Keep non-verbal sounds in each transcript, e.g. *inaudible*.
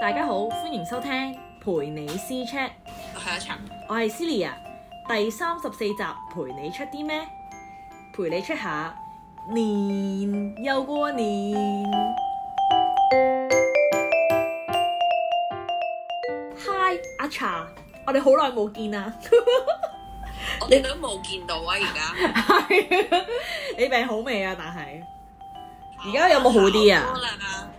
大家好，歡迎收聽陪你私 Chat，我係阿陳，我係 Celia，第三十四集陪你 check 啲咩？陪你 check 下年又過年。Hi 阿茶，我哋好耐冇見啊啦。 *laughs* 我哋都冇見到啊！而家係，你病好未啊？但係而家有冇好啲啊好多啦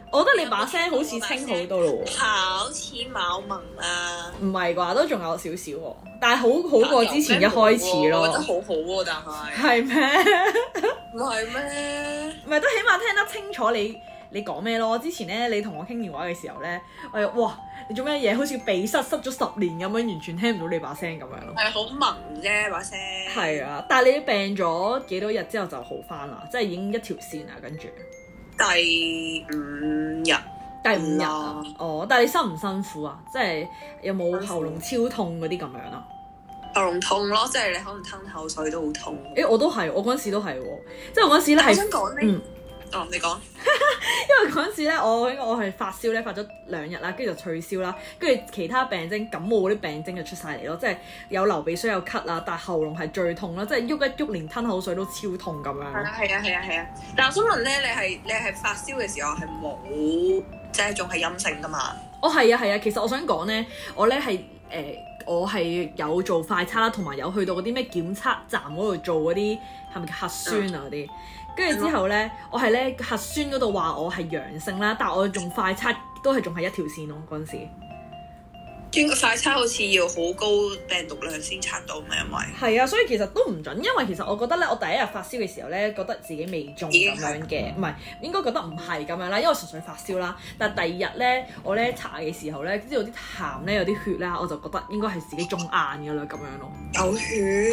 我覺得你把聲好似清好多咯喎。考似某萌啊，唔係啩？都仲有少少喎，但係好好過之前一開始我覺咯。得好好喎，但係係咩？ *laughs* 唔係咩？唔係都起碼聽得清楚你你講咩咯？之前咧你同我傾電話嘅時候咧，我又哇你做咩嘢？好似鼻塞塞咗十年咁樣，完全聽唔到你把聲咁樣咯。係好萌啫把聲，係啊，但係你病咗幾多日之後就好翻啦，即係已經一條線啦，跟住第五日第五日啊唔啦哦，但係你辛唔辛苦啊？即係有冇喉嚨超痛嗰啲咁樣啊？喉嚨痛咯，即係你可能吞口水都好痛。誒、我都係，我嗰陣時都係喎，即係我嗰陣時咧我係想講呢，嗯哦你講因為嗰陣時咧，我我係發燒咧，發咗兩日啦，跟住就退燒啦，跟住其他病徵感冒嗰啲病徵就出晒嚟咯，即係有流鼻水、有咳啊，但係喉嚨係最痛啦，即係喐一喐，連吞口水都超痛咁係樣。啊係啊係啊係啊！但我想問咧，你係你係發燒嘅時候係冇即係仲係陰性㗎嘛？哦，係啊，係啊，其實我想講咧，我咧係誒，我係有做快測啦，同埋有去到嗰啲咩檢測站嗰度做嗰啲係咪叫核酸啊嗰啲。跟住之後咧，我係咧核酸嗰度話我係陽性啦，但我仲快測都係仲係一條線咯嗰陣時。應該快測好似要好高病毒量先測到，咪因為係啊，所以其實都唔準，因為其實我覺得咧，我第一日發燒嘅時候咧，覺得自己未中咁樣嘅，唔係嗯應該覺得唔係咁樣啦，因為純粹發燒啦。但係第二日咧，我咧查嘅時候咧，知道啲痰咧有啲血啦，我就覺得應該係自己中硬㗎啦咁樣咯，有血。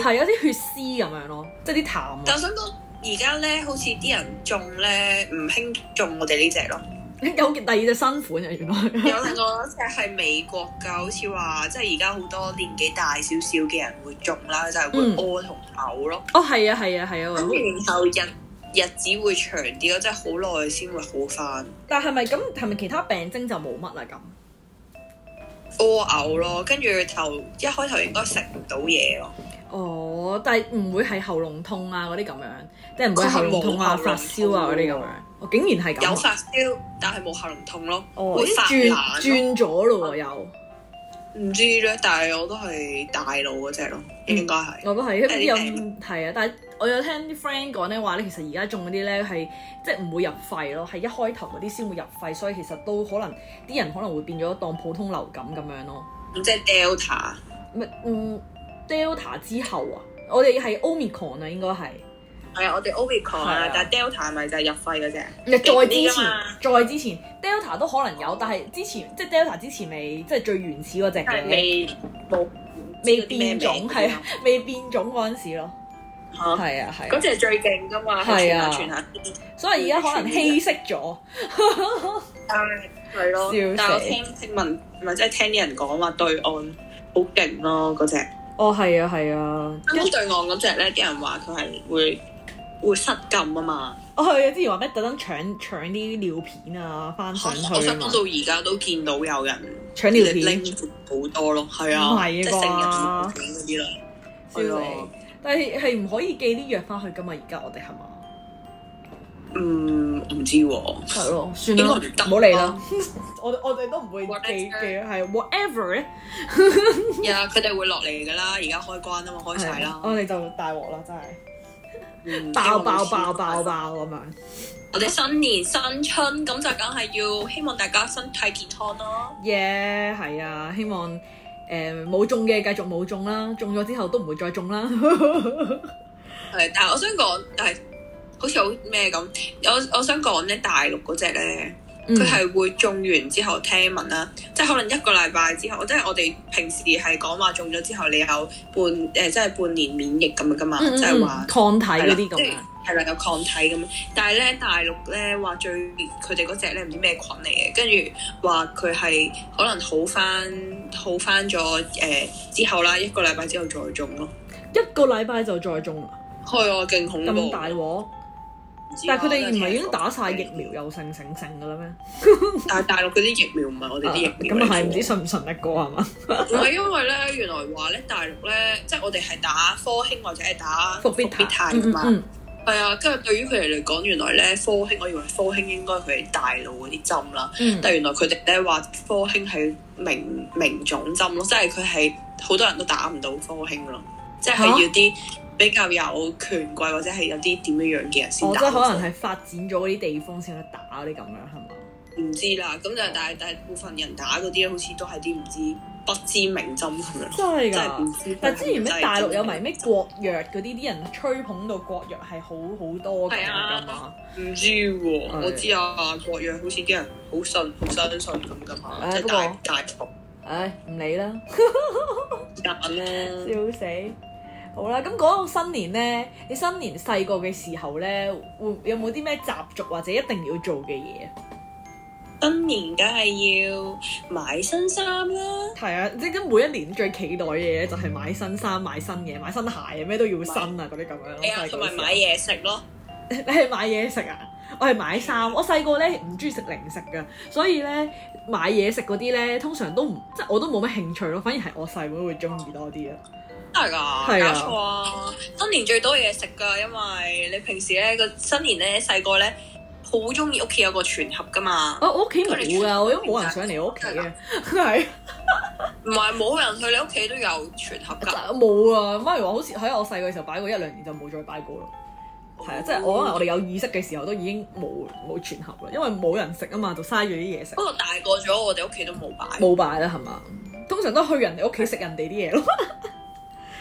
係有啲血絲咁樣咯，即係啲痰啊。但我想講，而家咧好似啲人中咧唔興中我哋呢只咯，有第二隻新款啊，原 *laughs* 來有另外一隻係美國㗎，好似話即係而家好多年紀大少少嘅人會中啦，就係、會嗯屙同嘔咯，哦係啊係啊係跟住啊，然後日日子會長啲咯，即係好耐先會好翻。但係咪咁係咪其他病徵就冇乜啦咁？屙嘔咯，跟住頭一開頭應該食唔到嘢咯，哦，但係唔會係喉嚨痛啊嗰啲咁樣，即係唔會係喉嚨痛啊、佢係冇喉嚨發燒啊嗰啲咁樣。我竟然係咁啊，有發燒但係冇喉嚨痛咯，哦，會咦發轉冷咯轉咗咯喎，又唔知咧，但係我都係大路嗰只咯，嗯應該係。我都係，因為有誒係啊，但係我有聽啲 friend 講咧話咧，其實而家中嗰啲咧係即係唔會入肺咯，係一開頭嗰啲先會入肺，所以其實都可能啲人可能會變咗當普通流感咁樣咯。咁即係 Delta，咪嗯 Delta 之後啊，我哋係 Omicron 啊，應該係。係啊，我哋 Omicron 係啊啊，但係 Delta 咪就係入肺嗰只。再之啲前㗎嘛，再之前 Delta 都可能有，但係之前即係 Delta 之前未即係最原始嗰隻係嘅，未冇未變種係啊，未變種嗰陣時咯。嚇係啊係啊嗰。隻最勁㗎嘛，係係傳啊下傳下先，所以而家可能稀釋咗，唉係咯笑死。但係我聽聽聞，唔係即係聽啲人講話對岸好勁咯，嗰隻哦係啊係啊，跟啱啱對岸嗰只咧，啲人話佢係會會失禁啊嘛。哦係啊，之前話咩特登搶搶啲尿片啊，翻上哦我去啊想嘛講，到而家都見到有人。搶尿片拎，好多咯，係唔啊，係即啩係成日嗰啲咯，笑死！但係係唔可以寄啲藥翻去噶嘛？而家我哋係嘛？嗯，我唔知喎，係咯，算應啦，該唔得，啊唔好理啦。。 *laughs* 我我哋都唔會寄 Whatever 寄係 whatever 咧，呀，佢哋會落嚟噶啦，而家開關啊嘛，開晒係啊啦，我哋就大鑊啦，真係嗯爆爆爆爆！爆咁樣。我哋新年新春咁就梗係要希望大家身體健康咯。耶，係啊，希望誒冇中嘅繼續冇中啦，中咗之後都唔會再中啦。係，但係我想講，但係好似好咩咁，我我想講咧，大陸嗰只咧。嗯佢係會種完之後聽聞啦，即係可能一個禮拜之後，即係我哋平時係講話種咗之後，你有半誒、即係半年免疫咁樣噶嘛，嗯嗯即係話嗯抗體係啦嗰啲咁啊即係樣。係啦有抗體咁樣。但係咧大陸咧話最佢哋嗰只咧唔知咩菌嚟嘅，跟住話佢係可能好翻好翻咗誒之後啦，一個禮拜之後再種咯。一個禮拜就再中啦，係啊，勁恐咁怖！大鑊！知但啊。係佢哋唔係已經打晒真係疫聽過苗，又成成成㗎啦咩？但係大陸嗰啲疫苗唔係我哋啲疫苗咁嚟啊嘅係，喎唔知信唔信得過係嘛？唔係因為咧，原來話咧大陸咧，即係我哋係打科興或者係打復必泰，泰嗯㗎嗯嘛。嗯，係啊，跟住對於佢哋嚟講，原來咧科興，我以為科興應該佢係大陸嗰啲針啦，嗯但係原來佢哋咧話科興係名名種針咯，即係佢係好多人都打唔到科興咯，即係嚇要啲比較有權貴或者係有啲點樣樣嘅人先我打哦即到係科興。可能係發展咗嗰啲地方先去打嗰啲咁啊樣係嘛？唔知啦，咁就但係大部分人打嗰啲咧，好似都係啲唔知不知名針咁樣。真係真係唔㗎！知佢係咪真係但係之前咩大陸有埋咩國藥嗰啲，啲人吹捧到國藥係好好多咁樣㗎係啊嘛？唔知喎、係我知啊，國藥好似啲人好信、好相信咁噶嘛，唉即不係過大大同唉，唔理啦。但咧，笑死！好啦，咁講到新年咧，你新年細個嘅時候咧，會有冇啲咩習俗或者一定要做嘅嘢？新年梗係要買新衫啦，係啊，即係每一年最期待嘅嘢就係買新衫、買新嘢、買新鞋，咩都要新啊嗰啲咁樣咯。係啊，細個嘅時候同埋買嘢食咯。 *laughs* 你係買嘢食啊？我係買衫。我細個咧唔中意食零食噶，所以咧買嘢食嗰啲咧，通常都唔即係我都冇乜興趣咯，反而係我細妹會中意多啲啊。真係㗎，係啊搞錯啊！新年最多嘢食㗎，因為你平時咧個新年咧細個咧好中意屋企有個全盒㗎嘛。我我屋企冇噶，我都冇人上嚟我屋企啊， *laughs* 係唔係冇人去你屋企都有全盒㗎，冇啊。媽咪話好似喺我細個嘅時候擺過一兩年就冇再擺過咯。哦係啊，即係我可能我哋有意識嘅時候都已經冇冇全盒啦，因為冇人食啊嘛，就嘥咗啲嘢食不，過大個咗，我哋屋企都冇擺。冇擺啦係嘛？通常都去人哋屋企食人哋啲嘢 *laughs* 咯。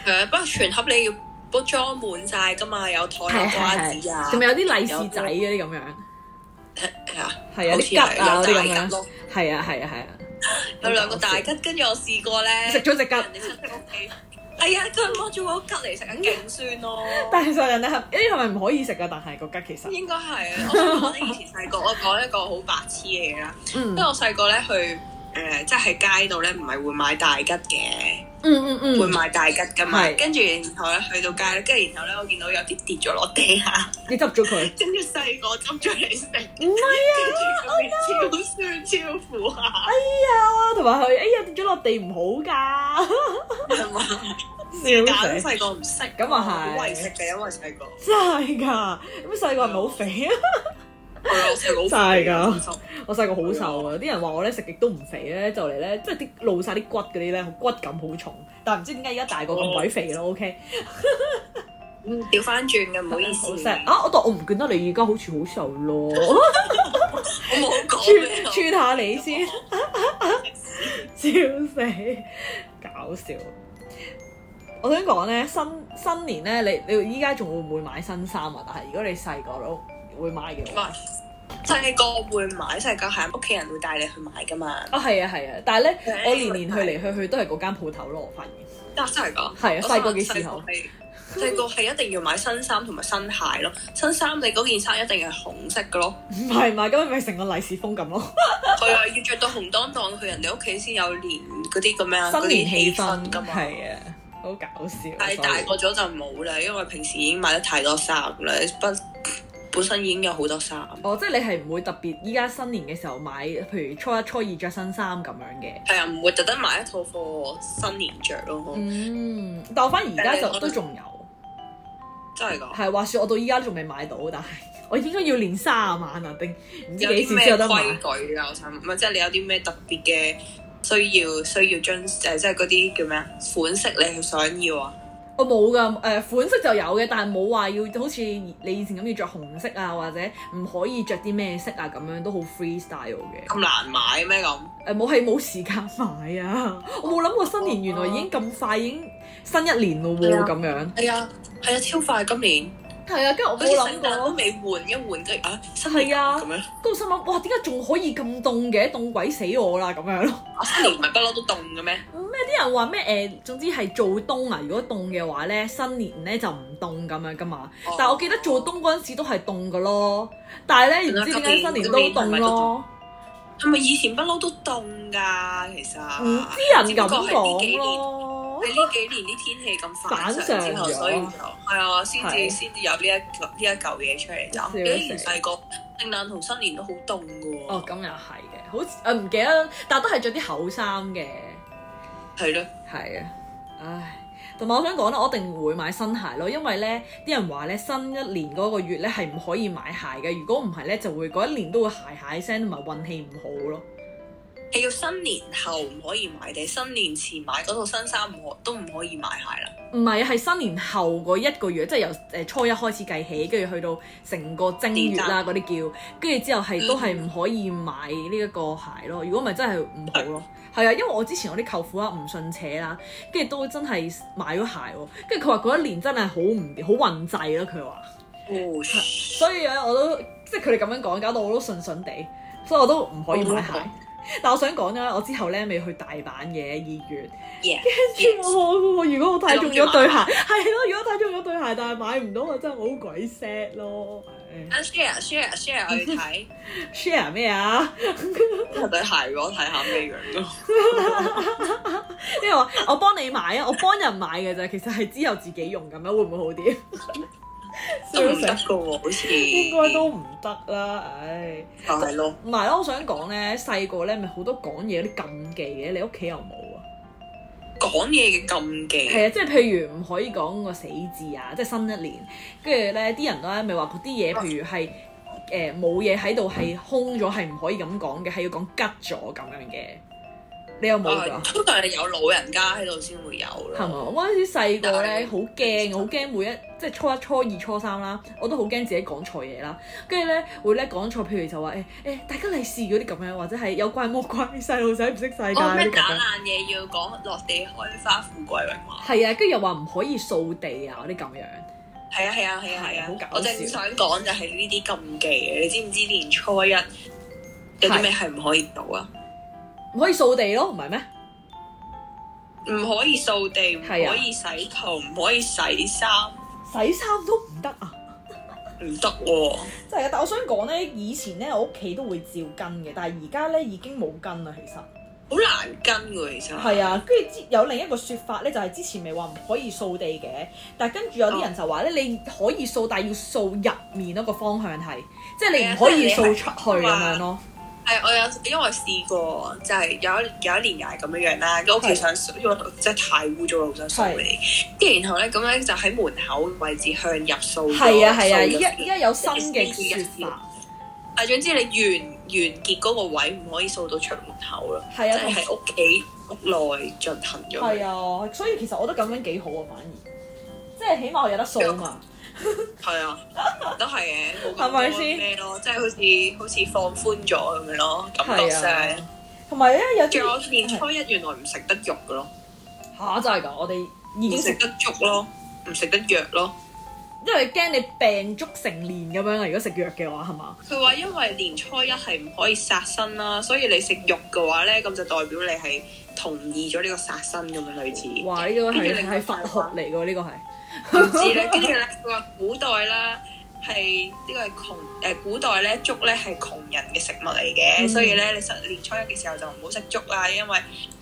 誒，不過全盒你要都裝滿晒㗎嘛，有台有瓜子啊，仲有啲利是仔嗰啲咁樣，係啊，係啊，好啲似吉啊嗰啲係有咁大樣吉。咯，係啊係啊係啊，有兩個大吉，跟住我試過咧，食咗只人吉，哋親戚屋企，係啊，佢攞咗個吉嚟食，勁酸咯。但係其實人哋係，誒係咪唔可以食㗎？但係個吉其實，應該係啊！我想講咧，以前細個， *laughs* 我講一個好白痴嘅嘢啦。因為嗯我細個咧去誒、呃即係喺街度咧，唔係會買大吉嘅，嗯嗯會嗯，買大吉噶嘛。係跟住然後咧去到街咧，跟住然後咧我見到有啲跌咗落地下，你執咗佢，跟住細個執咗嚟食，唔係 *laughs* 哦跟住佢超酸超苦啊！啊，同埋佢，哎呀跌咗落地唔好㗎，係 *laughs* 嘛？笑但死，細個唔識，啊咁啊係好為食嘅，因為細個真係㗎，咁細個係咪好肥啊？ *laughs* 係啊，我細個好真係肥㗎啊其實我細個好瘦啊，啲人話我咧食極都唔肥咧，就嚟咧即係啲露晒啲骨嗰啲咧，骨感好重，但係唔知點解而家大個哦咁鬼肥咯，OK，嗯，調翻轉嘅，唔好意思，好 sad 啊，我當我唔見得你而家好似好瘦咯， *laughs* 我冇講咩穿穿下你先。笑死，搞笑。我想講咧，新新年咧，你你依家仲會唔會買新衫啊？但係如果你細個都會買嘅 *laughs* 唔話，係細個會買，細個係屋企人會帶你去買噶嘛。啊係啊係啊，但係咧，誒我年年去嚟去去都係嗰間鋪頭咯，我發現啊，真係㗎！係啊，我細個嘅時候細個係細個係一定要買新衫同埋新鞋咯。新衫你嗰件衫一定係紅色嘅咯，唔係唔係，咁咪成個利是封咁咯，佢啊要着到紅當當去人哋屋企先有年嗰啲咁樣新年氣氛㗎嘛。係啊，好搞笑。啊但係大個咗就冇啦，因為平時已經買得太多衫啦，不本身已經有好多衫。哦，即係你係唔會特別依家新年嘅時候買，譬如初一初二着新衫咁樣嘅。係啊，唔會特登買一套貨新年着咯，嗯，但我反而而家就都仲有。真係㗎。係話説我到依家都仲未買到，但係 *laughs* 我應該要練卅晚啊，定唔知有幾啲時先有咩得買？規矩啊？我想問，唔係即係你有啲咩特別嘅需要需要將誒即係嗰啲叫咩啊款式你係想要啊？我冇噶，誒、款式就有嘅，但係冇話要好似你以前咁要着紅色啊，或者唔可以着啲咩色啊咁樣，都好 freestyle 嘅。咁難買咩咁？誒呃冇係冇時間買啊！我冇諗過新年原來已經咁快，已經新一年咯係喎啊咁樣。係啊，係啊，超快今年，係啊，跟住我好似冇諗聖誕都過，未換一換，跟住啊新係年啊咁樣，跟住心諗哇，點解仲可以咁凍嘅？凍鬼死我啦咁樣咯。 *laughs* 啊新年唔係不嬲都凍嘅咩？啲人話咩誒？總之係做冬啊！如果凍嘅話咧，新年咧就唔凍咁樣噶嘛。哦但係我記得做冬嗰陣時都係凍噶咯，但係咧唔知點解新年都凍咯，係咪以前不嬲都凍㗎？其實啊唔知人咁只不過係呢幾講年咯。你呢幾年啲天氣咁反常之後，反常咗所以就係啊，先至係先至有呢一嚿呢一嚿嘢出嚟。笑死就以前細個聖誕同新年都好凍嘅哦，喎，咁又係嘅，好似呃誒唔記得，但都係着啲厚衫嘅，係咯，係啊，唉。同埋我想講咧，我一定會買新鞋咯，因為咧啲人話咧新一年嗰個月咧係唔可以買鞋嘅，如果唔係咧就會嗰一年都會鞋鞋聲同埋運氣唔好咯。你要新年後唔可以買定，新年前買嗰套新衫唔可都唔可以買鞋啦。唔係啊，係新年後嗰一個月，即係由誒初一開始計起，跟住去到成個正月啦嗰啲叫，跟住之後係都係唔可以買呢一個鞋咯。如果唔係真係唔好咯。係啊，因為我之前我啲舅父啊唔信邪啦，跟住都真係買咗鞋喎，跟住佢話嗰一年真係好唔好運滯咯，佢話。哦， *laughs* 所以咧我都即係佢哋咁樣講，搞到我都順順地，所以我都唔可以買好好鞋。但我想講咧，我之後咧未去大阪嘅二月。耶！跟住我我我如果我睇中咗對鞋，係咯，如果睇中咗對鞋，但係買唔到，我真係好鬼 sad 咯。啊 share *laughs* share share 我哋睇 share 咩啊？睇對鞋我睇下咩樣哦咯。因為我我幫你買啊，我幫人買嘅啫，其實係之後自己用咁樣，會唔會好啲？都唔得笑嘅死喎，好似應該都唔得啦，唉。就係咯。唔係咯，我想講咧，細個咧咪好多講嘢嗰啲禁忌嘅，你屋企有冇啊？講嘢嘅禁忌，係啊，即係譬如唔可以講個死字啊，即係新一年，跟住咧啲人咧咪話嗰啲嘢，啊譬如係誒冇嘢喺度係空咗，係唔可以咁講嘅，係要講吉咗咁樣嘅。你有冇啊㗎？通常係有老人家喺度先會有係嘛？咯。哦我嗰陣時細個咧，但係好驚，我好驚每一即係初一、初二、初三啦，我都好驚自己講錯嘢啦。跟住咧會咧講錯，譬如就話誒誒大吉利是嗰啲咁樣，或者係有怪冇怪，細路仔唔識世界哦，咩嗰啲咁打樣。爛嘢要講落地開花富貴榮華。係啊，跟住又話唔可以掃地啊嗰啲咁樣。係啊係啊係啊係係啊好搞笑！啊我正想講就係呢啲禁忌嘅，你知唔知年初一有啲咩係唔可以做啊？唔可以掃地咯，唔係咩？唔可以掃地，唔係啊可以洗頭，唔可以洗衫，洗衫都唔得啊！唔得喎。真係啊！但我想講咧，以前咧我屋企都會照跟嘅，但係而家咧已經冇跟啦。其實好難跟㗎其實。係啊，跟住之有另一個説法咧，就係之前咪話唔可以掃地嘅，但係跟住有啲人就話咧，你可以掃，但係要掃入面嗰個方向係，即係你唔可以掃出去咁樣咯。係，我有因為我試過，就係有一有一年又係咁樣樣啦，咁屋企想掃因為真係太污糟啦，好想掃你。跟住然後咧，咁咧就喺門口位置向入掃咗。係啊係啊，掃依咗家依家有新嘅説法，啊，總之你完完結嗰個位唔可以掃到出門口咯，係即啊係喺屋企屋內進行咗。係啊，所以其實我覺得咁樣幾好啊，反而即係起碼我有得掃啊嘛。係啊，都係嘅，冇咁係多咪先咩咯？即係好似好似放寬咗咁樣咯，感覺係上啊。，同埋咧有仲啲有我年初一原來唔食得肉嘅咯，嚇真係㗎，我哋已唔經食食，得粥咯，唔食得藥咯。因為驚你病足成年咁樣啊！如果食藥嘅話係嘛？佢話因為年初一係唔可以殺生啦，所以你食肉嘅話咧，咁就代表你係同意咗呢個殺生咁樣類似。哇！呢個跟住係另外係佛學嚟㗎，呢個係唔知咧，跟住咧佢話古代啦，係呢個係窮誒古代咧粥咧係窮人嘅食物嚟嘅，嗯所以咧你實年初一嘅時候就唔好食粥啦，因為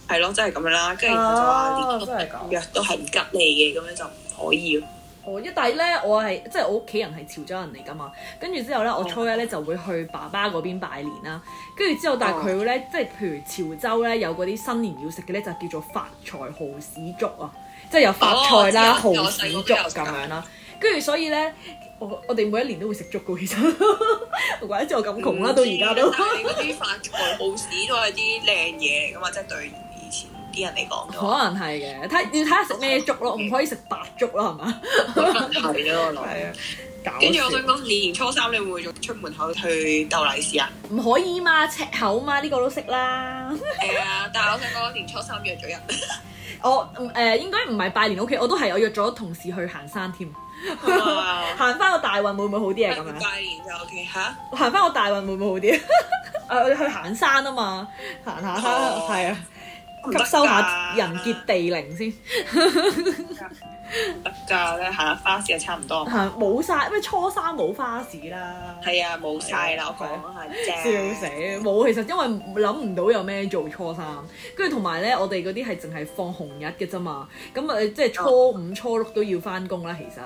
係咯，真係咁樣啦。跟住然後就話年初啊係咁。藥都係唔吉利嘅，咁樣就唔可以咯。我哦一但係咧，我係即係我屋企人係潮州人嚟㗎嘛，跟住之後咧，哦我初一咧就會去爸爸嗰邊拜年啦。跟住之後，哦但係佢咧，即係譬如潮州咧有嗰啲新年要食嘅咧，就叫做發財蠔豉粥啊，即係有發菜啦、哦蠔我知豉我知我細粥個都有食咁樣啦。跟住所以咧，我我哋每一年都會食粥㗎，其實 *laughs* 我怪得知我咁窮啦，到而家都嗯但。係嗰啲發財報市都係啲靚嘢嚟噶嘛，即係對以前啲人嚟講可嘅話，能係嘅，睇要睇下食咩粥哦嗯咯，唔可以食白粥咯，係嘛？可能係咯，我諗。啊，搞哦嗯跟住我笑想講，年初三你會唔會仲出門口去鬥利是啊？唔可以嘛，赤口嘛，呢、個都識啦。係啊，但係我想講，年初三約咗人。我誒、呃、應該唔係拜年屋企，我都係我約咗同事去行山添，啊行翻個大運會唔會好啲啊？咁樣拜年就 OK 嚇，行翻個大運會唔會好啲？誒、 *laughs* 我哋去行山啊嘛，行下山哦係啊，吸收下人傑地靈先。得㗎咧嚇，花市係啊差唔多。係冇晒，咩初三冇花市啦。係啊，冇晒啦，我講係笑正。死！冇，其實因為諗唔到有咩做初三，跟住同埋咧，我哋嗰啲係淨係放紅日嘅啫嘛，咁誒即係初五、初六都要翻工啦，其實，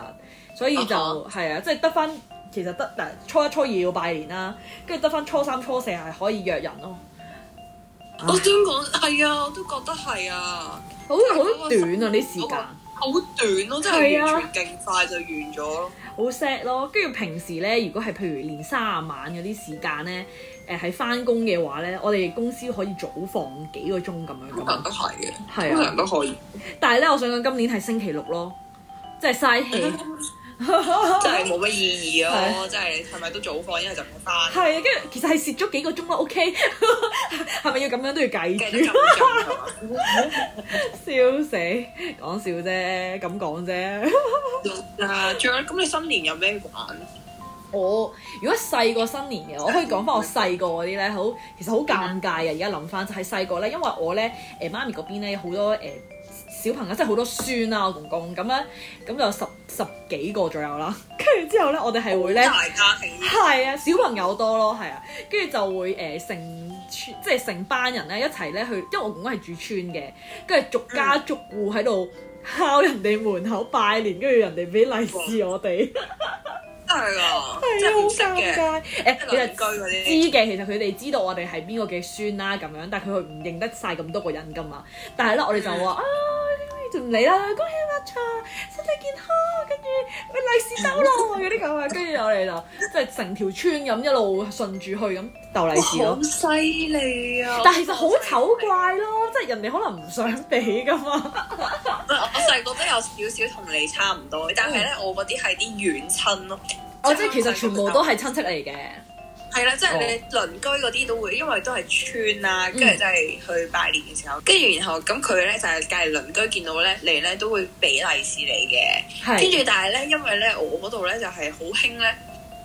所以就啊係啊，即係得翻其實得嗱初一、初二要拜年啦，跟住得翻初三、初四係可以約人咯，我想講係啊，我都覺得係啊，好好短啊啲時間。好短咯，真係啊完全勁快就完咗咯。好 sad 咯。跟住平時咧，如果係譬如年卅晚嗰啲時間咧，誒喺翻工嘅話咧，我哋公司可以早放幾個鐘咁樣噶通常嘛。都啊係嘅，係通啊常，都可以，但係咧，我想講今年係星期六咯，即係嘥氣。嗯真係冇乜意義咯。係真係係咪都早放，一係就唔翻，係啊，跟住其實係蝕咗幾個鐘啦。OK，係咪要咁樣都要計計住得？咁盡係嘛笑死，講笑啫，咁講啫。啊，仲有咁你新年有咩玩？我如果細個新年嘅，我可以講翻我細個嗰啲咧，好其實好尷尬嘅。而家諗翻就係細個咧，因為我咧誒媽咪嗰邊咧有好多誒、呃小朋友，即係好多孫啦，我公公咁咧，咁就十十幾個左右啦。跟住之後咧，我哋係會咧。大家庭係啊，小朋友多咯，係啊，跟住就會誒、呃成村，即係成班人咧一齊咧去，因為我公公係住村嘅，跟住逐家逐户喺度敲人哋門口拜年，跟住人哋俾利是我哋，真係啊，係啊，哦真係好唔識 *laughs* 尷嘅，尬。誒，其即係鄰實居嗰知啲。嘅，其實佢哋知道我哋係邊個嘅孫啦咁樣，但係佢唔認得晒咁多個人噶嘛。但係咧，我哋就話啊，就唔理啦，恭喜發財，身體健康，跟住喂利是收咯嗰啲咁啊。跟住我哋就即係成條村咁一路順住去咁鬥利是哇咯好。犀利啊！但係其實好醜怪咯，即係人哋可能唔想俾噶嘛。唔係我細個都有少少同你差唔多，但係咧我嗰啲係啲遠親咯。哦，即係其實全部都係親戚嚟嘅。係啦，即係哦你鄰居嗰啲都會，因為都係村啦，跟住嗯即係去拜年嘅時候，跟住然後咁佢咧就係隔離鄰居見到咧你咧都會俾利是你嘅。跟係住但係咧，因為咧我嗰度咧就係好興咧，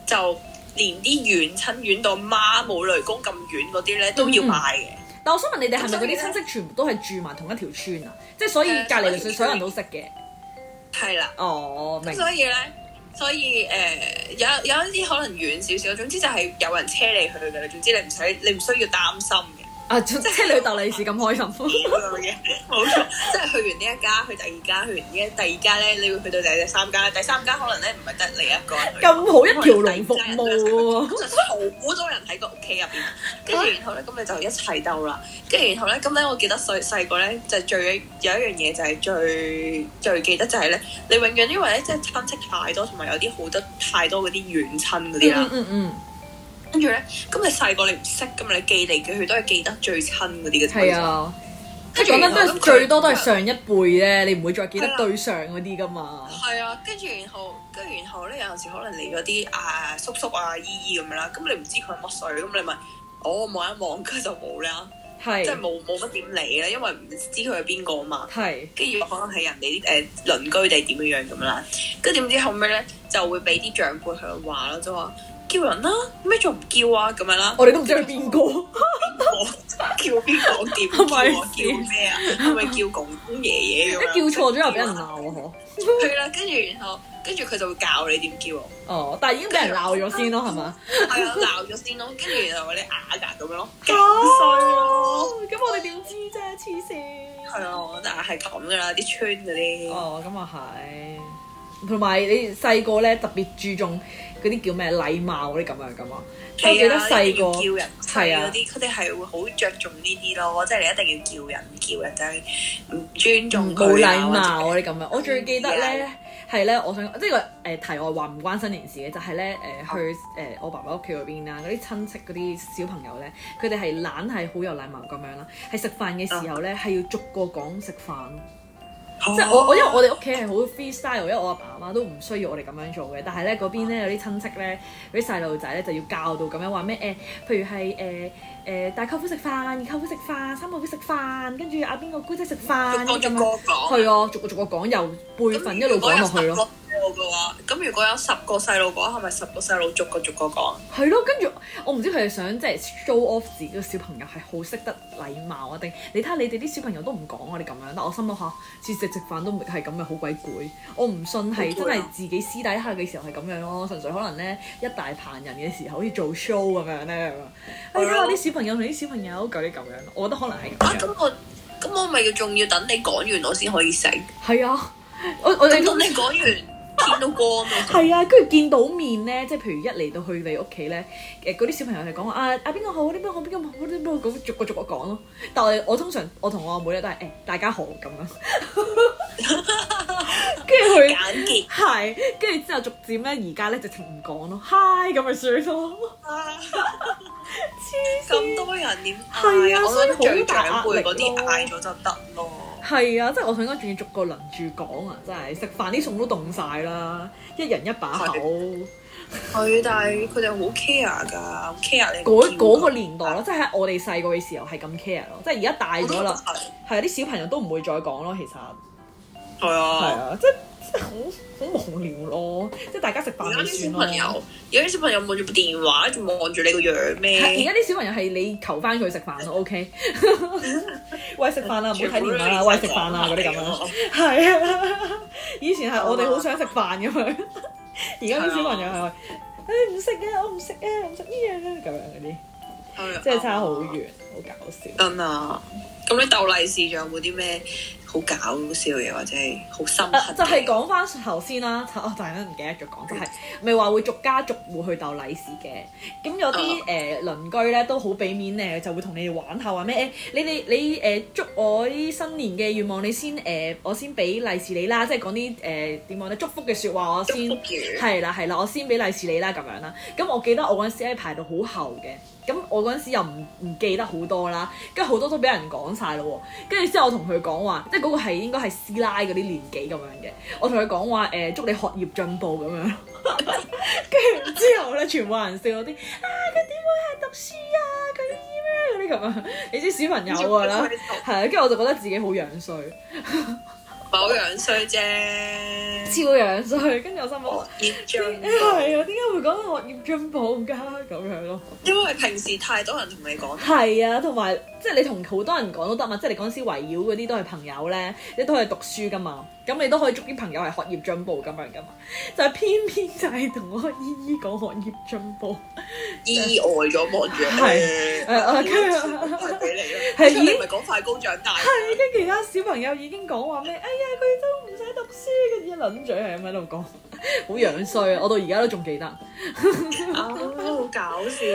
就連啲遠親遠到媽冇雷公咁遠嗰啲咧都嗯要嗯買嘅。但我想問你哋係咪嗰啲親戚全部都係住埋同一條村啊？即係所以誒隔離鄰所有人都識嘅。係啦，哦，明。所以咧，所以誒、呃有有一啲可能遠少少，總之就係有人車你去嘅啦。總之你唔使你唔需要擔心嘅。啊，即係你去鬥利是咁開心，咁樣嘅，冇錯，即係去完呢一家，去第二家，去完呢一第二家咧，你會去到第第三家，第三家可能咧唔係得你一個人去，咁好一條龍服務喎。咁就好多人喺個屋企入邊，跟住然後咧，咁你就一齊鬥啦。跟住然後咧，咁咧，我記得細細個咧，就最有一樣嘢就係最最記得就係咧，你永遠因為咧，即係親戚太多，同埋有啲好多太多嗰啲遠親嗰啲嗯啊啦。嗯嗯，跟住咧，咁你細個你唔識噶嘛，你記嚟記去都係記得最親嗰啲嘅。係，啊，即係講緊都然後咁係佢最多都係上一輩啫，你唔會再記得對上嗰啲噶嘛。係啊，跟住然後，跟住然後咧，有陣時可能嚟嗰啲啊叔叔啊姨姨咁樣啦，咁你唔知佢係乜水，咁你咪我望一望，跟住就冇啦，即係係冇冇乜點理啦，因為唔知佢係邊個嘛。係跟住可能係人哋誒鄰居定點樣樣咁啦，跟住點知後尾咧就會俾啲長輩佢話啦，就話叫人啦，咩仲唔叫啊咁樣啦， *laughs* 我哋都唔知係邊個。我叫邊個 *laughs* 點叫我叫咩啊？係咪叫公公爺爺咁樣？一 *laughs* 叫錯咗又俾人鬧啊！係啦，跟住然後跟住佢就會教你點叫我。啊嗬。哦，但係已經俾人鬧咗先咯，係嘛？係啊，鬧咗先咯，跟住然後你啞㗎咁樣咯，勁衰哦咯。咁我哋點知啫？黐線。係啊，但係係咁噶啦，啲村嗰啲哦，咁啊係。同埋你細個咧特別注重嗰啲叫咩禮貌嗰啲咁樣噶嘛。我記得細個啊一定要叫人係啊嗰啲，佢哋係會好着重呢啲咯，即係你一定要叫人，唔叫人就係唔尊重冇佢嗯啊禮貌或嗰者啊啲咁樣。我最記得咧係咧，我想即係個誒題外話唔關新年事嘅，就係咧誒去誒我爸爸屋企嗰邊啊啦，嗰啲親戚嗰啲小朋友咧，佢哋係懶係好有禮貌咁樣啦，係食飯嘅時候咧係要逐個講食飯。啊哦即係我我因為我哋屋企係好 freestyle，因為我阿爸阿媽都唔需要我哋咁樣做嘅。但係咧嗰邊啊咧有啲親戚咧，嗰啲細路仔咧就要教到咁樣話咩誒，譬如係誒誒大舅父食飯，二舅父食飯，三舅父食飯，跟住阿邊個姑姐食飯逐個咁逐樣個。講。啊係啊，逐個逐個講，由輩份一路講落去咯。如路嘅話，咁如果有十個細路嘅話，係咪十個細路逐個逐個講？啊係咯，跟住我唔知佢哋想即係 show off 自己嘅小朋友係好識得禮貌啊，定你睇下你哋啲小朋友都唔講我哋咁樣，但我心諗下，次食食飯都唔係咁嘅，好鬼攰。我唔信係好真攰啊係自己私底下嘅時候係咁樣咯，純粹可能咧一大棚人嘅時候好似做 show 咁樣咧，咁樣你睇哎下啲小朋友同啲小朋友嗰啲咁樣，我覺得可能係啊，咁樣。咁我咁我咪要仲要等你講完我先可以食。係啊，我我哋咁等你講完天都光啦。 *laughs* 係啊，跟住見到面咧，即係譬如一嚟到去你屋企咧，誒嗰啲小朋友係講話啊啊邊個好，呢邊個好，邊個唔好，呢邊個咁逐個逐個講咯。但係我通常我同我阿妹咧都係誒、大家好咁樣，跟住佢簡潔係，跟住之後逐漸咧而家咧直情唔講咯，hi 咁咪算咯，啊！黐咁線。多人點嗌係啊？啊我覺得所以最好大長輩壓力嗰啲咯嗌咗就得咯。係啊，即係我想講仲要逐個輪住講啊，真係食飯啲餸都凍晒啦，一人一把口。係，但係佢哋好 care 㗎，好 care 你嗰叫嗰個㗎年代咯，即係喺我哋細個嘅時候係咁 care 咯，即係而家大咗啦。我都覺得係啊，啲小朋友都唔會再講咯，其實哦係係係啊。啊，即係即係好好無聊咯，即係大家食而飯家咪啲算咯。小朋友，而家啲小朋友望住部電話，仲望住你個樣係而咩？家啲小朋友係你求翻佢食飯咯，OK？喂食飯啦，唔好睇電話啊啦，喂食飯啦嗰啲咁哦樣。係啊， *laughs* 以前係我哋好想食飯咁樣，而家啲小朋友係啊話：誒唔食啊，我唔食啊，唔食呢樣啊咁樣嗰啲，係啊即係差好。遠，好搞笑。真啊！咁你鬥利是仲有冇啲咩好搞笑嘅，或者係好深刻啊嘅？就係講翻頭先啦，我突然間唔記得咗講，就係咪話會逐家逐戶去鬥利是嘅？咁有啲誒、鄰居咧都好俾面誒，就會同你哋玩下話咩誒，你哋你誒、祝我啲新年嘅願望，你先誒、我先俾利是你啦，即係講啲誒點講咧祝福嘅説話，我祝先福。語係啦係啦，我先俾利是你啦咁樣啦。咁我記得我嗰陣時咧排到好後嘅，咁我嗰陣時又唔唔記得好多啦，跟住好多都俾人講晒咯喎。跟住之後我同佢講話，即係嗰個係應該係師奶嗰啲年紀咁樣嘅，我同佢講話誒祝你學業進步咁樣。 *laughs* 跟住之後咧，全部人笑我啲啊，佢點會係讀書啊？佢咩嗰啲咁啊？你知小朋友㗎啦，係啊。跟住我就覺得自己好樣衰，唔係好樣衰啫，超樣衰。跟住我心諗。現象 *laughs* 係啊，點解會講到學業進步㗎咁樣咯？因為平時太多人同 *laughs* 你講，係啊，同埋即係你同好多人講都得嘛，即係你嗰陣時圍繞嗰啲都係朋友咧，你都係讀書噶嘛，咁你都可以祝啲朋友係學業進步咁樣噶嘛，就係偏偏就係同嗰個姨姨講學業進步，意外咗望住你，係 *laughs* 誒 *laughs* 啊跟住係俾你咯，係所以你咪講快高長大，係跟住其他小朋友已經講話咩？哎呀，佢都唔使讀書，跟住一輪嘴係咁喺度講，好樣衰啊！我到而家都仲記得，好啊好搞笑，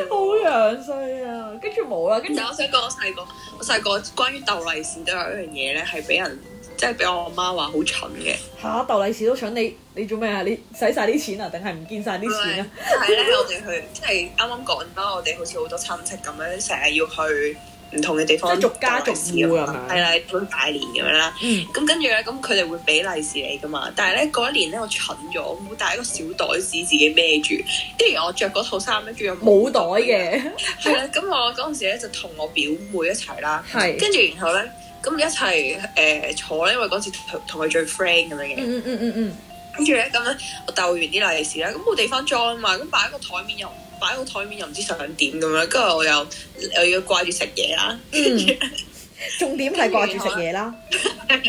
樣衰啊！跟住冇啦，跟住但我想講，我細個，我細個關於鬥利是都有一樣嘢咧，係俾人即係俾我媽話好蠢嘅。嚇豆利是都搶你，你做咩啊？你使晒啲錢啊，定係唔見晒啲錢啊？但係咧，我哋去即係啱啱講啦，我哋好似好多親戚咁樣，成日要去唔同嘅地方，即係逐家逐戶咁樣係啦，咁拜年咁樣啦。嗯，咁跟住咧，咁佢哋會俾利是你噶嘛。但係咧嗰一年咧，我蠢咗，我冇帶一個小袋子自己孭住，跟住我着嗰套衫咧，仲有冇袋。嘅，係啦，咁我嗰陣時咧就同我表妹一齊啦。係。跟住然後咧，咁一齊誒、呃坐咧，因為嗰次同同佢最 friend 咁樣嘅。嗯嗯嗯嗯跟住咧咁咧，我鬥完啲利是啦，咁冇地方裝啊嘛，咁擺喺個台面又擺喺個台面又唔知想點咁樣，跟住我又又要掛住食嘢啦，嗯， *laughs* 重點係掛住食嘢啦。跟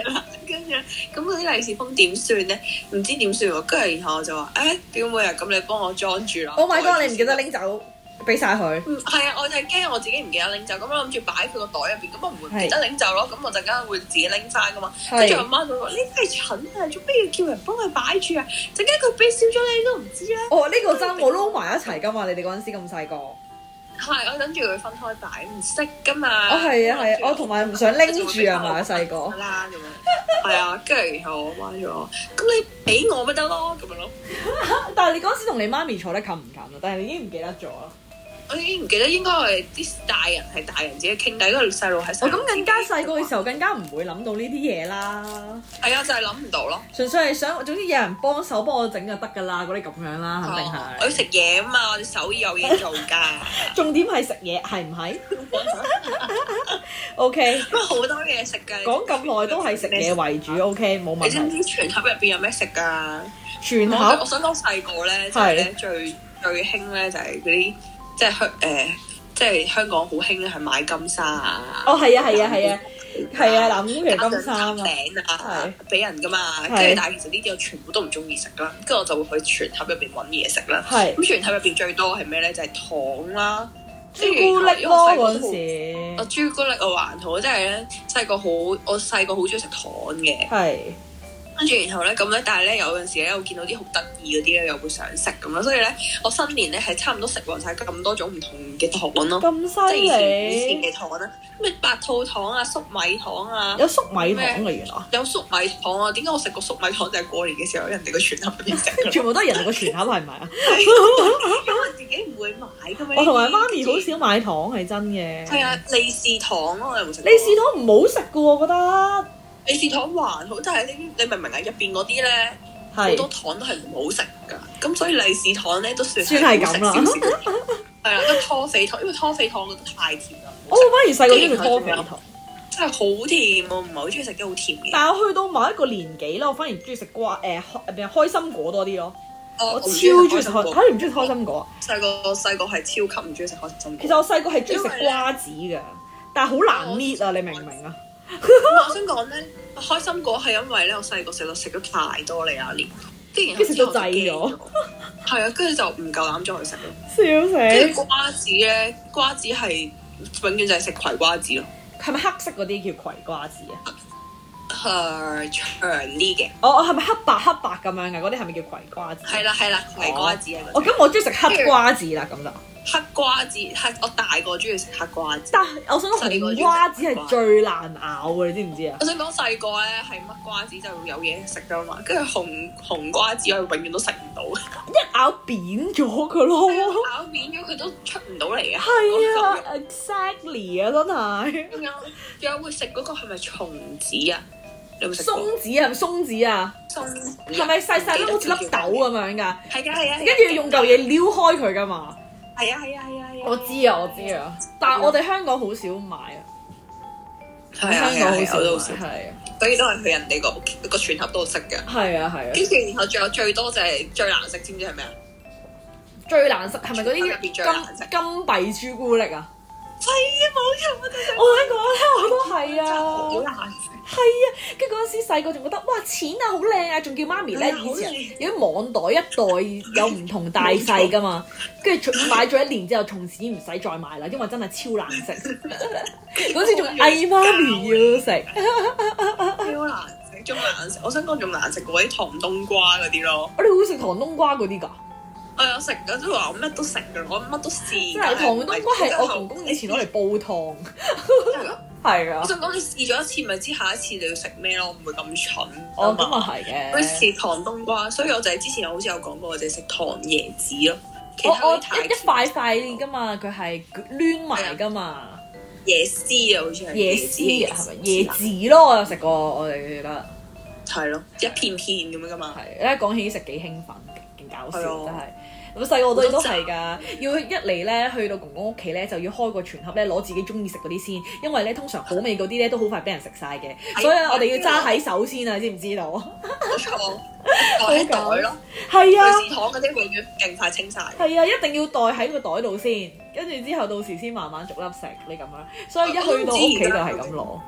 住咧咁嗰啲利是封點算咧？唔知點算喎，跟住然後我就話：誒、表妹啊，咁你幫我裝住啦。 Oh my god！你袋住唔先記得拎走，俾晒佢。嗯，係啊，我就係驚我自己唔記得拎走，咁我諗住擺佢個袋入邊，咁我唔會唔記得拎走咯，咁我陣間會自己拎翻噶嘛。跟住我係。媽就話：你真係蠢啊！做咩要叫人幫佢擺住啊？陣間佢俾少咗你都唔知啊啦。哦，呢個真我撈埋一齊㗎嘛！你哋嗰陣時咁細個。哦，係，我諗住佢分開擺，唔識噶嘛。係啊，係啊，我同埋唔想拎住啊嘛，我細個。哦啦咁樣。係啊，跟住然後我媽就話：咁你俾我咪得咯，咁樣咯。但係你嗰陣時同你媽咪坐得近唔近啊？但係你已經唔記得咗啦。我已經唔記得，應該係啲大人係大人自己傾偈，嗰個細路係細我路哦咁自己更加細個嘅時候，更加唔會諗到呢啲嘢啦。係啊，就係諗唔到咯。純粹係想，總之有人幫手幫我整就得㗎啦，嗰啲咁樣啦，肯定哦我要係。食嘢啊嘛，我哋手藝有嘢 *laughs* 做㗎。重點係食嘢，係唔係？OK，不過好多嘢食㗎。講咁耐都係食嘢為主，OK，冇問你知唔題。知全盒入邊有咩食㗎？全我盒我想講細個咧，即係咧最最興咧就係嗰啲即係香誒，即係香港好興咧係買金沙啊。哦，係啊，係啊，係啊，係啊，南宮加崎金上塔衫啊，餅啊係，俾人噶係嘛，跟住但係其實呢啲我全部都唔中意食啦，跟住我就會去全盒入邊揾嘢食啦。係咁全盒入邊最多係咩咧？就係糖啦，朱古力咯嗰陣我時，啊朱古力我還好，即係咧細個好，我細個好中意食糖嘅。係跟住然後咧咁咧，但係咧有陣時咧，我見到啲好得意嗰啲咧，又會想食咁咯。所以咧，我新年咧係差唔多食完晒咁多種唔同嘅糖咯，咁即係以犀前以前利，嘅糖啦，咩白兔糖啊、粟米糖啊。有粟米糖嘅原來，有粟米糖啊！點解我食過粟米糖就係過年嘅時候人哋個全盒入邊食 *laughs* 㗎啦全部都係人哋個全盒係咪 *laughs* 啊？因為自己唔會買噶嘛。我同埋媽咪好少買糖係真嘅。係啊，利是糖咯，你有冇食過？利是糖唔好食嘅喎，我覺得利是糖還好，但係你你明唔明啊？入邊嗰啲咧好多係糖都係唔好食㗎，咁所以利是糖咧都算算係咁啦好食少少。係啦，跟拖肥糖，因為拖肥糖我覺得太甜啦，我反而細個中意多肥糖，真係好甜，我唔係好中意食啲好甜嘅。但係我去到某一個年紀啦，我反而中意食瓜誒開誒開心果多啲咯。我我超中唔意中食意食開，開心嚇果你唔中意開心果啊？細個細個係超級唔中意食開心其果實。我細個係中意食瓜子嘅，但係好哦難搣啊！你明唔明啊？我想講咧，開心果係因為咧，我細個食到食咗太多啦，有一年，跟住跟住食然到後滯之後咗就驚咗，係啊，跟住就唔夠膽再去食咯。笑跟死！住瓜子咧，瓜子係永遠就係食葵瓜子咯，係咪黑色嗰啲叫葵瓜子啊？係長啲嘅，哦，我係咪黑白黑白咁樣嘅？嗰啲係咪叫葵瓜子？啊係啦係啦，葵瓜子啊，哦，咁我中意食黑瓜子啦，咁就。黑瓜子黑，我大個中意食黑瓜子。但係我想講紅瓜子係最難咬嘅，你知唔知啊？我想講細個咧係乜瓜子就有嘢食噶嘛，跟住紅紅瓜子我永遠都食唔到，一咬扁咗佢 *laughs* 咯。咬扁咗佢都出唔到嚟啊！啊係嗰嚿啊肉，exactly 啊，真係。仲有仲有會食嗰個係咪松子啊？你有冇食過松子啊，松子啊，松子係咪細細粒好似粒豆啊？咁樣㗎？係啊係啊，跟住用嚿嘢撩開佢㗎嘛？係啊係啊係啊係啊！我知啊，我知啊，但係我哋香港好少買啊，香港好少買，係啊，係啊係啊係啊，我都好食，所以都係去人哋個屋企個全盒度食嘅。係啊，係跟啊，住然後仲有最多就係最難食，知唔知係咩啊？最難食係咪嗰全盒入邊最啲難金食金幣朱古力啊？係啊，冇錯，我哋我想講咧，我都係好啊，難食。係啊，跟住嗰陣時細個仲覺得哇錢啊好靚啊，仲叫媽咪咧係啊好以前靚有啲網袋一袋有唔同大細㗎嘛，跟住買咗一年之後，從此唔使再買啦，因為真係超難 *laughs* 食。嗰陣時仲嗌媽咪要食，超難食，仲難食。我想講仲難食過啲糖冬瓜嗰啲咯。哎我哋會食糖冬瓜嗰啲㗎。我有食，我都話我乜都食㗎，我乜都試。即係糖冬瓜係我公公以前攞嚟煲湯，係我啊，想講你試咗一次，咪知下一次你要食咩咯，唔會咁蠢。哦咁啊啊，係我嘅，試糖冬瓜，所以我就係之前好似有講過，我就係食糖椰子咯。其我他我嗰一啲太哦一塊塊噶嘛，佢係攣埋噶嘛，椰絲啊，好似係椰絲啊係咪椰椰子子咯？我有食過，我哋記得係咯，一片片咁樣噶嘛。係，咧講起食幾興奮，勁搞笑係真係啊。咁細個我都都係㗎，要一嚟咧去到公公屋企咧就要開個全盒咧攞自己中意食嗰啲先，因為咧通常好味嗰啲咧都好快俾人食晒嘅，啊所以我哋要揸喺手先啊，知唔知 *laughs* 道？冇錯，袋喺 *laughs* 袋咯。係啊。瑞士糖嗰啲永遠勁快清晒。係啊，一定要袋喺個袋度先，跟住之後到時先慢慢逐粒食你咁樣，所以一啊去到屋企就係咁攞。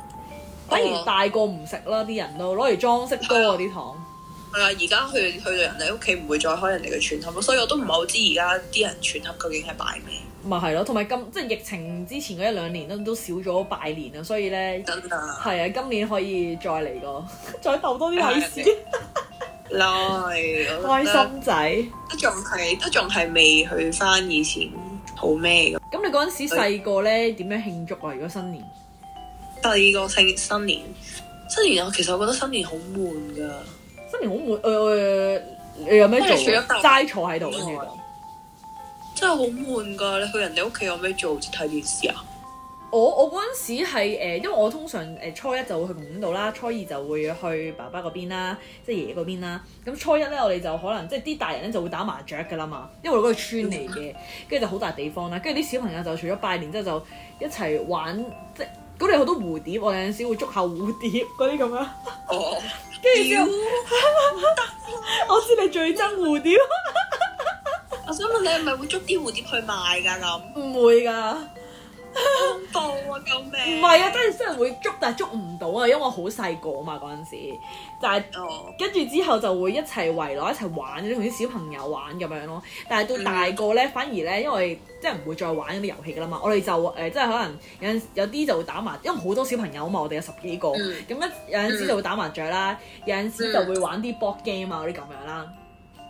反哦而大個唔食啦，啲人都攞嚟裝飾多啊啲糖。係啊，而家去去到人哋屋企唔會再開人哋嘅全盒咯，所以我都唔係好知而家啲人全盒究竟係擺咩。咪係咯，同埋今即係疫情之前嗰一兩年都都少咗拜年啊，所以咧真啊，係啊，今年可以再嚟個， *laughs* 再鬥多啲利是，啊耐開開心仔。都仲係都仲係未去翻以前好咩咁。咁你嗰陣時細個咧點樣慶祝啊？如果新年第二個新新年，新年啊我其實我覺得新年好悶㗎，新年好悶誒、呃你有咩做即係除咗啊？鬥齋坐喺度跟住就真係好悶㗎！你去人哋屋企有咩做？睇電視啊？我我嗰陣時係誒，因為我通常誒初一就會去公園度啦，初二就會去爸爸嗰邊啦，即係爺爺嗰邊啦。咁初一咧，我哋就可能即係啲大人咧就會打麻雀㗎啦嘛，因為嗰個村嚟嘅，跟住就好大地方啦。跟住啲小朋友就除咗拜年之後就一齊玩，即係嗰度有好多蝴蝶，我有陣時會捉下蝴蝶嗰啲咁樣。哦，跟住之後， *laughs* 我知你最憎蝴蝶，我想問你係咪會捉啲蝴蝶去賣㗎咁？唔會㗎。好恐怖啊！救唔命！係啊，真係真係會捉，但係捉唔到啊，因為我好細個嘛嗰陣時，但係哦，跟住之後就會一齊圍攞一齊玩，同啲小朋友玩咁樣咯。但係到大個咧，反而咧，因為即係唔會再玩嗰啲遊戲噶啦嘛，我哋就誒、呃即係可能有陣有啲就會打麻，因為好多小朋友啊嘛，我哋有十幾個，咁、嗯一有陣時就會打麻雀啦，有陣時就會玩啲 board game 啊嗰啲咁樣啦。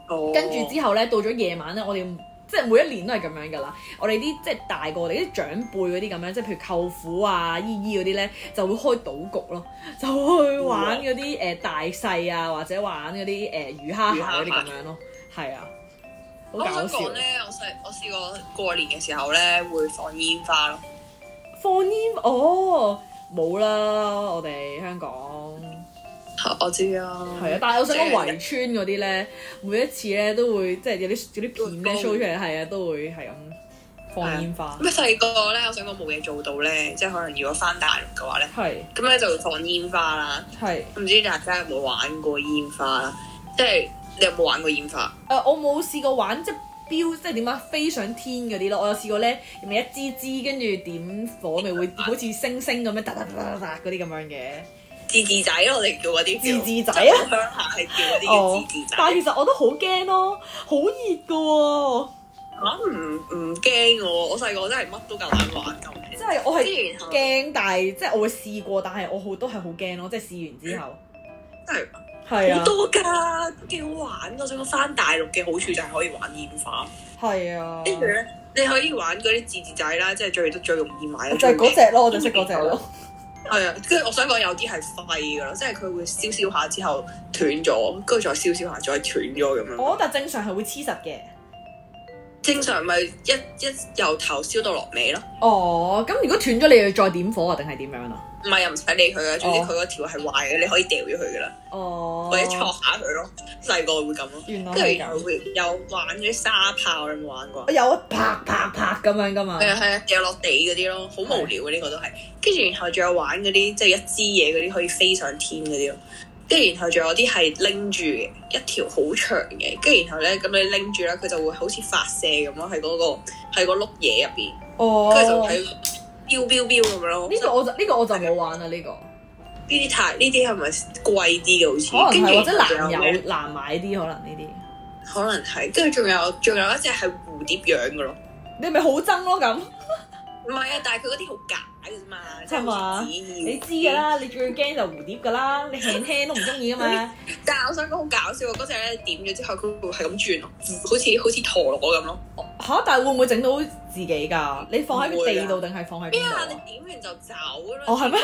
哦跟住之後咧，到咗夜晚咧，我哋即係每一年都係咁樣噶啦。我哋啲即係大個，我哋啲長輩嗰啲咁樣，即係譬如舅父啊、姨姨嗰啲咧，就會開賭局 *laughs* 咯，就去玩嗰啲誒大細啊，或者玩嗰啲誒魚蝦蟹嗰啲咁樣咯。係啊，好我搞想笑講。咧，我細我試過過年嘅時候咧，會放煙花咯。放煙哦，冇啦，我哋香港。我知啊，係啊，但係我想講圍村嗰啲咧，每一次咧都會即係有啲有啲片咧 show 出嚟，係啊，都會係咁放煙花，咩細個咧，我想講冇嘢做到咧，即係可能如果翻大陸嘅話咧，係咁咧就會放煙花啦。係。唔知大家有冇玩過煙花啦？即係你有冇玩過煙花？誒、呃我冇試過玩即係標，即係點啊飛上天嗰啲咯。我有試過咧，咪一支支跟住點火，咪會好似星星咁樣嗒嗒嗒嗒嗒嗰啲咁樣嘅自字仔咯，我哋叫嗰啲叫自治仔啊 *laughs* 就鄉下係叫嗰啲哦叫自字仔。但係其實我都好驚咯，好熱噶喎、嚇唔唔驚我，我細個真係乜都夠膽玩咁。即係我係之前係驚，但係即係我會試過，但係我好都係好驚咯，即係試完之後真係係好啊，多㗎，都幾好玩㗎。我想講翻大陸嘅好處就係可以玩煙花，係啊，跟住咧你可以玩嗰啲自治仔啦，即係最最容易買嘅。哦就係嗰只咯，我就識嗰隻咯，係啊，跟住我想講有啲係廢㗎咯，即係佢會燒燒下之後斷咗，跟住再燒燒下再斷咗咁樣。我覺得正常係會黐實嘅。正常咪一一由頭燒到落尾咯，哦，咁如果斷咗，你要再點火啊，定係點樣啊？唔係又唔使理佢嘅，總之哦佢嗰條係壞嘅，你可以掉咗佢㗎啦，哦，或者戳下佢咯。細個會咁咯，原來跟住係咁又。會有玩嗰啲沙炮，你有冇玩過啊我？有啊，啪啪啪咁樣噶嘛。係啊係啊，掉落地嗰啲咯，好無聊嘅呢個都係。跟住然後仲有玩嗰啲即係一支嘢嗰啲可以飛上天嗰啲咯。跟住然後仲有啲係拎住嘅一條好長嘅，跟住然後咧咁你拎住咧，佢就會好似發射咁咯，喺嗰、個喺個碌嘢入邊，哦，跟住就呢喺飆飆飆咁樣咯。個我就呢個我就冇玩啦，呢個呢啲太呢啲係咪貴啲嘅好可似？能係或者跟難住然後仲有咩有難買啲，可能呢啲可能係，跟住仲有仲有一隻係蝴蝶樣嘅咯。你咪好憎咯咁。唔係啊，但係佢嗰啲好假嘅啫嘛，即係嘛你你知㗎。啦，嗯你最驚就蝴蝶㗎啦，你輕輕都唔中意㗎 *laughs* 嘛。但係我想講好搞笑啊！嗰隻咧點咗之後，佢會係咁轉咯，好似好似陀螺咁咯。嚇！但係會唔會整到自己㗎？你放喺個地度定係放喺咩邊啊？度啊？你點完就走啦？哦，係咩？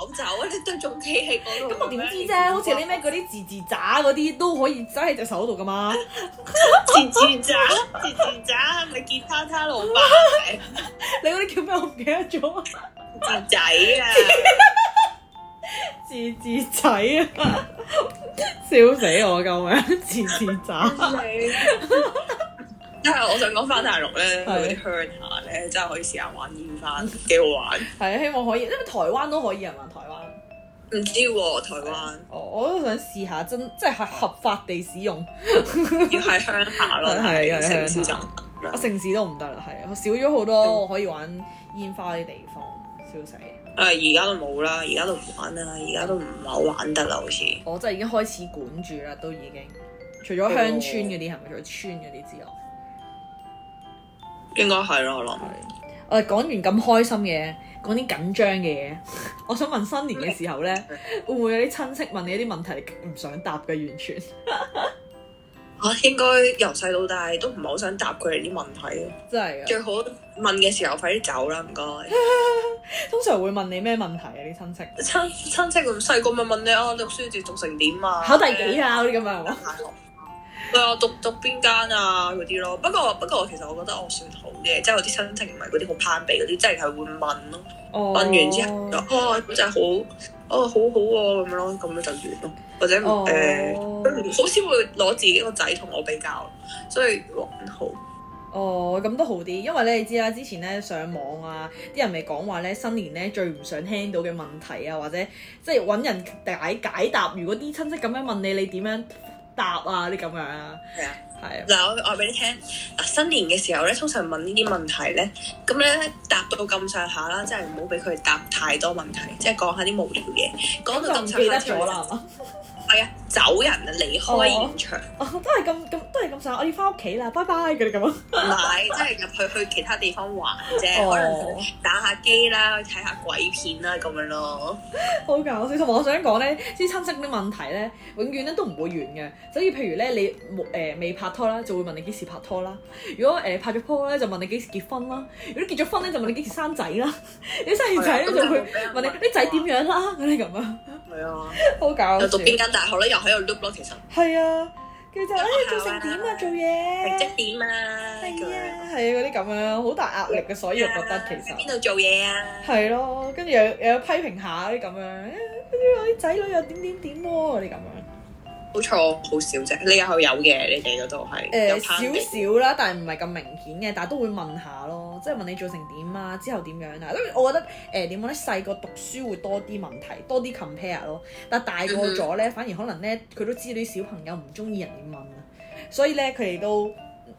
我走啊！你都仲企喺嗰度。咁我點知啫？好似啲咩嗰啲字字渣嗰啲都可以揸喺隻手度㗎 *laughs* 嘛。自自渣、自自渣，咪吉他他老伯你嗰啲叫咩？我唔記得咗。自仔啊！字字仔 *laughs* 啊！笑死我救命！字字渣。但係我想講翻大陸係咧，嗰啲鄉下咧，真係可以試下玩煙花，幾好玩。係啊，希望可以，因為台灣都可以啊係嘛？台灣，唔知喎，台 *laughs* 灣我我都想試下，真即係合法地使用，要喺鄉下咯，係係係城市係就我城市都唔得啦，係啊少咗好多我可以玩煙花啲地方，笑死！呃誒而家都冇啦，而家都唔玩啦，而家都唔係好玩得啦，好似。我真係已經開始管住啦，都已經，除咗鄉村嗰啲係咪？除咗村嗰啲之外，應該係咯，我諗。我哋講完咁開心嘅，講啲緊張嘅嘢，我想問新年嘅時候 *laughs* 咧，會唔會有啲親戚問你一啲問題你唔想答嘅完全？啊，應該由細到大都唔係好想答佢哋啲問題，啊真係啊嘅，最好問嘅時候快啲走啦，唔該。 *laughs* 通常會問你咩問題啊？啲親戚親親戚咁細個咪問你啊，讀書節讀成點啊？考第幾啊？嗰啲咁樣係嘛大學？對啊，讀讀邊間啊嗰啲咯。不過不過，我其實我覺得我算好嘅，即係我啲親戚唔係嗰啲好攀比嗰啲，即係係會問咯。哦問完之後就哦，咁就係好哦，好好喎咁樣咯，咁樣就完咯。或者誒，哦呃好少會攞自己個仔同我比較，所以還好。哦，咁都好啲，因為咧你知啦，之前咧上網啊，啲人咪講話咧新年咧最唔想聽到嘅問題啊，或者即係揾人解解答，如果啲親戚咁樣問你，你點樣答啊？你咁樣啊，係啊。係啊，嗱，我我話俾你聽，嗱新年嘅時候咧，通常問呢啲問題咧，咁咧答到咁上下啦，即係唔好俾佢答太多問題，即係講下啲無聊嘢，講咁就到唔咁記得上下咗啦，係嘛？係啊，走人啊，離開現場，哦，都係咁咁，都係咁想，我要翻屋企啦，拜拜嗰啲咁啊。唔係即係入去去其他地方玩啫，可能哦，打下機啦，去睇下鬼片啦咁樣咯。好搞笑！同埋我想講咧，啲親戚啲問題咧，永遠咧都唔會完嘅。所以譬如咧，你冇誒未拍拖啦，就會問你幾時拍拖啦；如果誒、呃拍咗拖咧，就問你幾時結婚啦；如果結咗婚咧，就問你幾時生仔啦；如果生完仔咧，就會問你啲仔點樣啦，嗰啲咁啊， *laughs* 係啊，好搞又笑 *laughs* 讀。邊間大學咧，又喺度 loop 咯，其實係啊，跟住就誒、哎學做校啊成點啊，做成 *laughs* 嘢。績點啊？咁係樣啊，係啊，嗰啲咁樣好大壓力嘅，所以我覺得其實啊 *laughs* 喺邊度做嘢啊？係咯，跟住又又有批評下嗰啲咁樣，哎跟住我啲仔女又點點點喎，嗰啲咁樣。好錯好少啫，你又有嘅，你哋嗰度係有攀比誒少少啦，但係唔係咁明顯嘅，但係都會問下咯，即係問你做成點啊，之後點樣啊。因為我覺得誒點講咧，細個讀書會多啲問題，多啲 compare 咯。但係大個咗嗯咧，反而可能咧佢都知道啲小朋友唔中意人哋問啊，所以咧佢哋都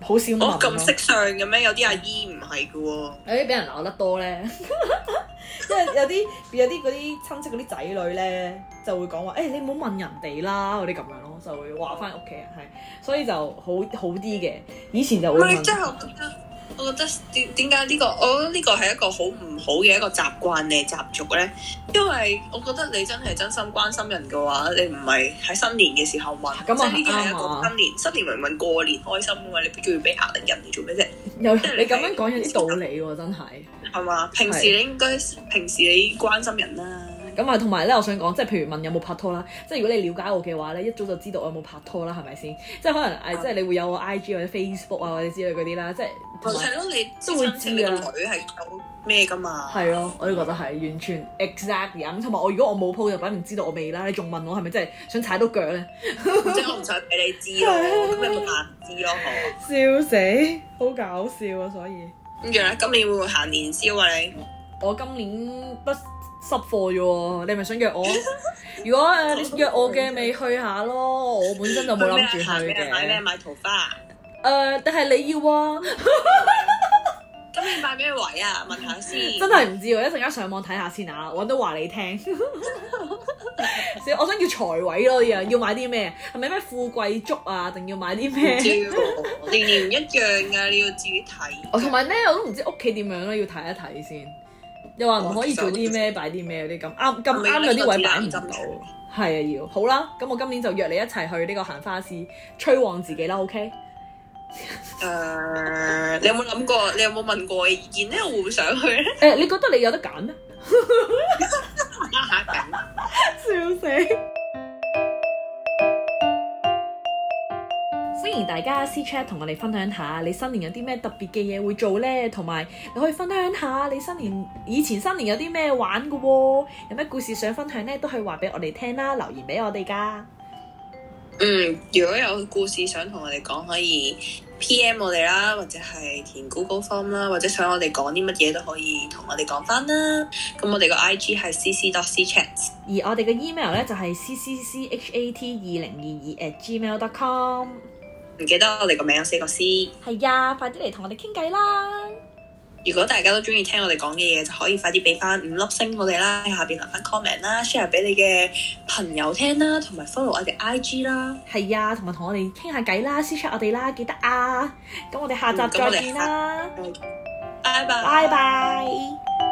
好少問哦，咁咯。識相嘅咩？有啲阿姨唔係嘅喎。有啲俾人鬧得多咧， *laughs* 因為有啲有啲嗰啲親戚嗰啲仔女咧就會講話，誒、你唔好問人哋啦嗰啲咁樣咯，就會話翻屋企人係，所以就好好啲嘅。以前就唔會係，問即。係我覺得，我覺得點點解呢個？我覺得呢個係一個好唔好嘅一個習慣定係習俗咧。因為我覺得你真係真心關心人嘅話，你唔係喺新年嘅時候問，咁啊即係呢啲係啱一啊個新年，新年明明過年開心嘅嘛，你仲要俾壓力人嚟做咩啫？又你即係咁你樣係講有啲道理喎，真係。係嘛？平時係你應該平時你關心人啦。咁啊，同埋咧，我想講，即係譬如問有冇拍拖啦，即係如果你了解我嘅話咧，一早就知道我有冇拍拖啦，係咪先？即係可能哎誒，即係你會有我 IG 或者 Facebook 啊或者之類嗰啲啦，即係同埋係咯，你都會親戚知你個啊女係有咩㗎嘛？係咯，我都覺得係完全 exactly 啱。同埋我如果我冇 po 就梗唔知道我未啦，你仲問我係咪真係想踩到腳咧？即係我唔想俾你知咯，咁咪咪難知咯，*laughs* 嗬。笑死，好搞笑啊！所以跟住咧，今年會唔會行年宵啊？你我今年不濕貨啫喎，你係咪想約我？如果 *laughs* 誒你約我嘅，咪去下咯。我本身就冇諗住去行 *laughs* 咩啊？買咩啊？嘅。買桃花啊？誒、呃但係你要啊，咁你買咩位啊？問下先。 *laughs* 真係唔知喎，一陣間上網睇下先啊，我都話你聽。 *laughs* 我想叫財位咯，要要買啲咩？係咪咩富貴竹啊？定要買啲唔知咩？喎，年年唔一樣㗎，你要自己睇。我同埋咧，我都唔知屋企點樣咯，要睇一睇先。又話唔可以做啲咩，擺啲咩嗰啲咁啱咁啱有啲位擺唔到，係啊要好啦。咁我今年就約你一齊去呢個行花市，吹旺自己啦，OK？誒，你有冇諗過？你有冇問過我嘅意見咧？我會唔會想去咧？誒、你覺得你有得揀咩？下緊。 *laughs* 笑死！歡迎大家私 chat 同我哋分享下，你新年有啲咩特別嘅嘢會做呢？同埋你可以分享下你新年以前新年有啲咩玩嘅喎、有咩故事想分享呢？都可以話俾我哋聽啦，留言俾我哋噶。嗯，如果有故事想同我哋講，可以 P.M 我哋啦，或者係填 Google Form 啦，或者想我哋講啲乜嘢都可以同我哋講翻啦。咁我哋個 I.G 係 cc dot c chat。而我哋嘅 email 呢，就係 c c c h a t 二零二二 at gmail dot com。唔記得我哋個名有四個 C。係呀，快啲嚟同我哋傾偈啦！如果大家都中意聽我哋講嘅嘢，就可以快啲俾翻五粒星我哋啦，喺下邊留翻 comment 啦，share 俾你嘅朋友聽啦，同埋 follow 我哋 I.G 啦。係呀，同埋同我哋傾下偈啦，私 chat 我哋啦，記得啊！咁我哋下集嗯咁再我哋見啦，拜拜。拜拜。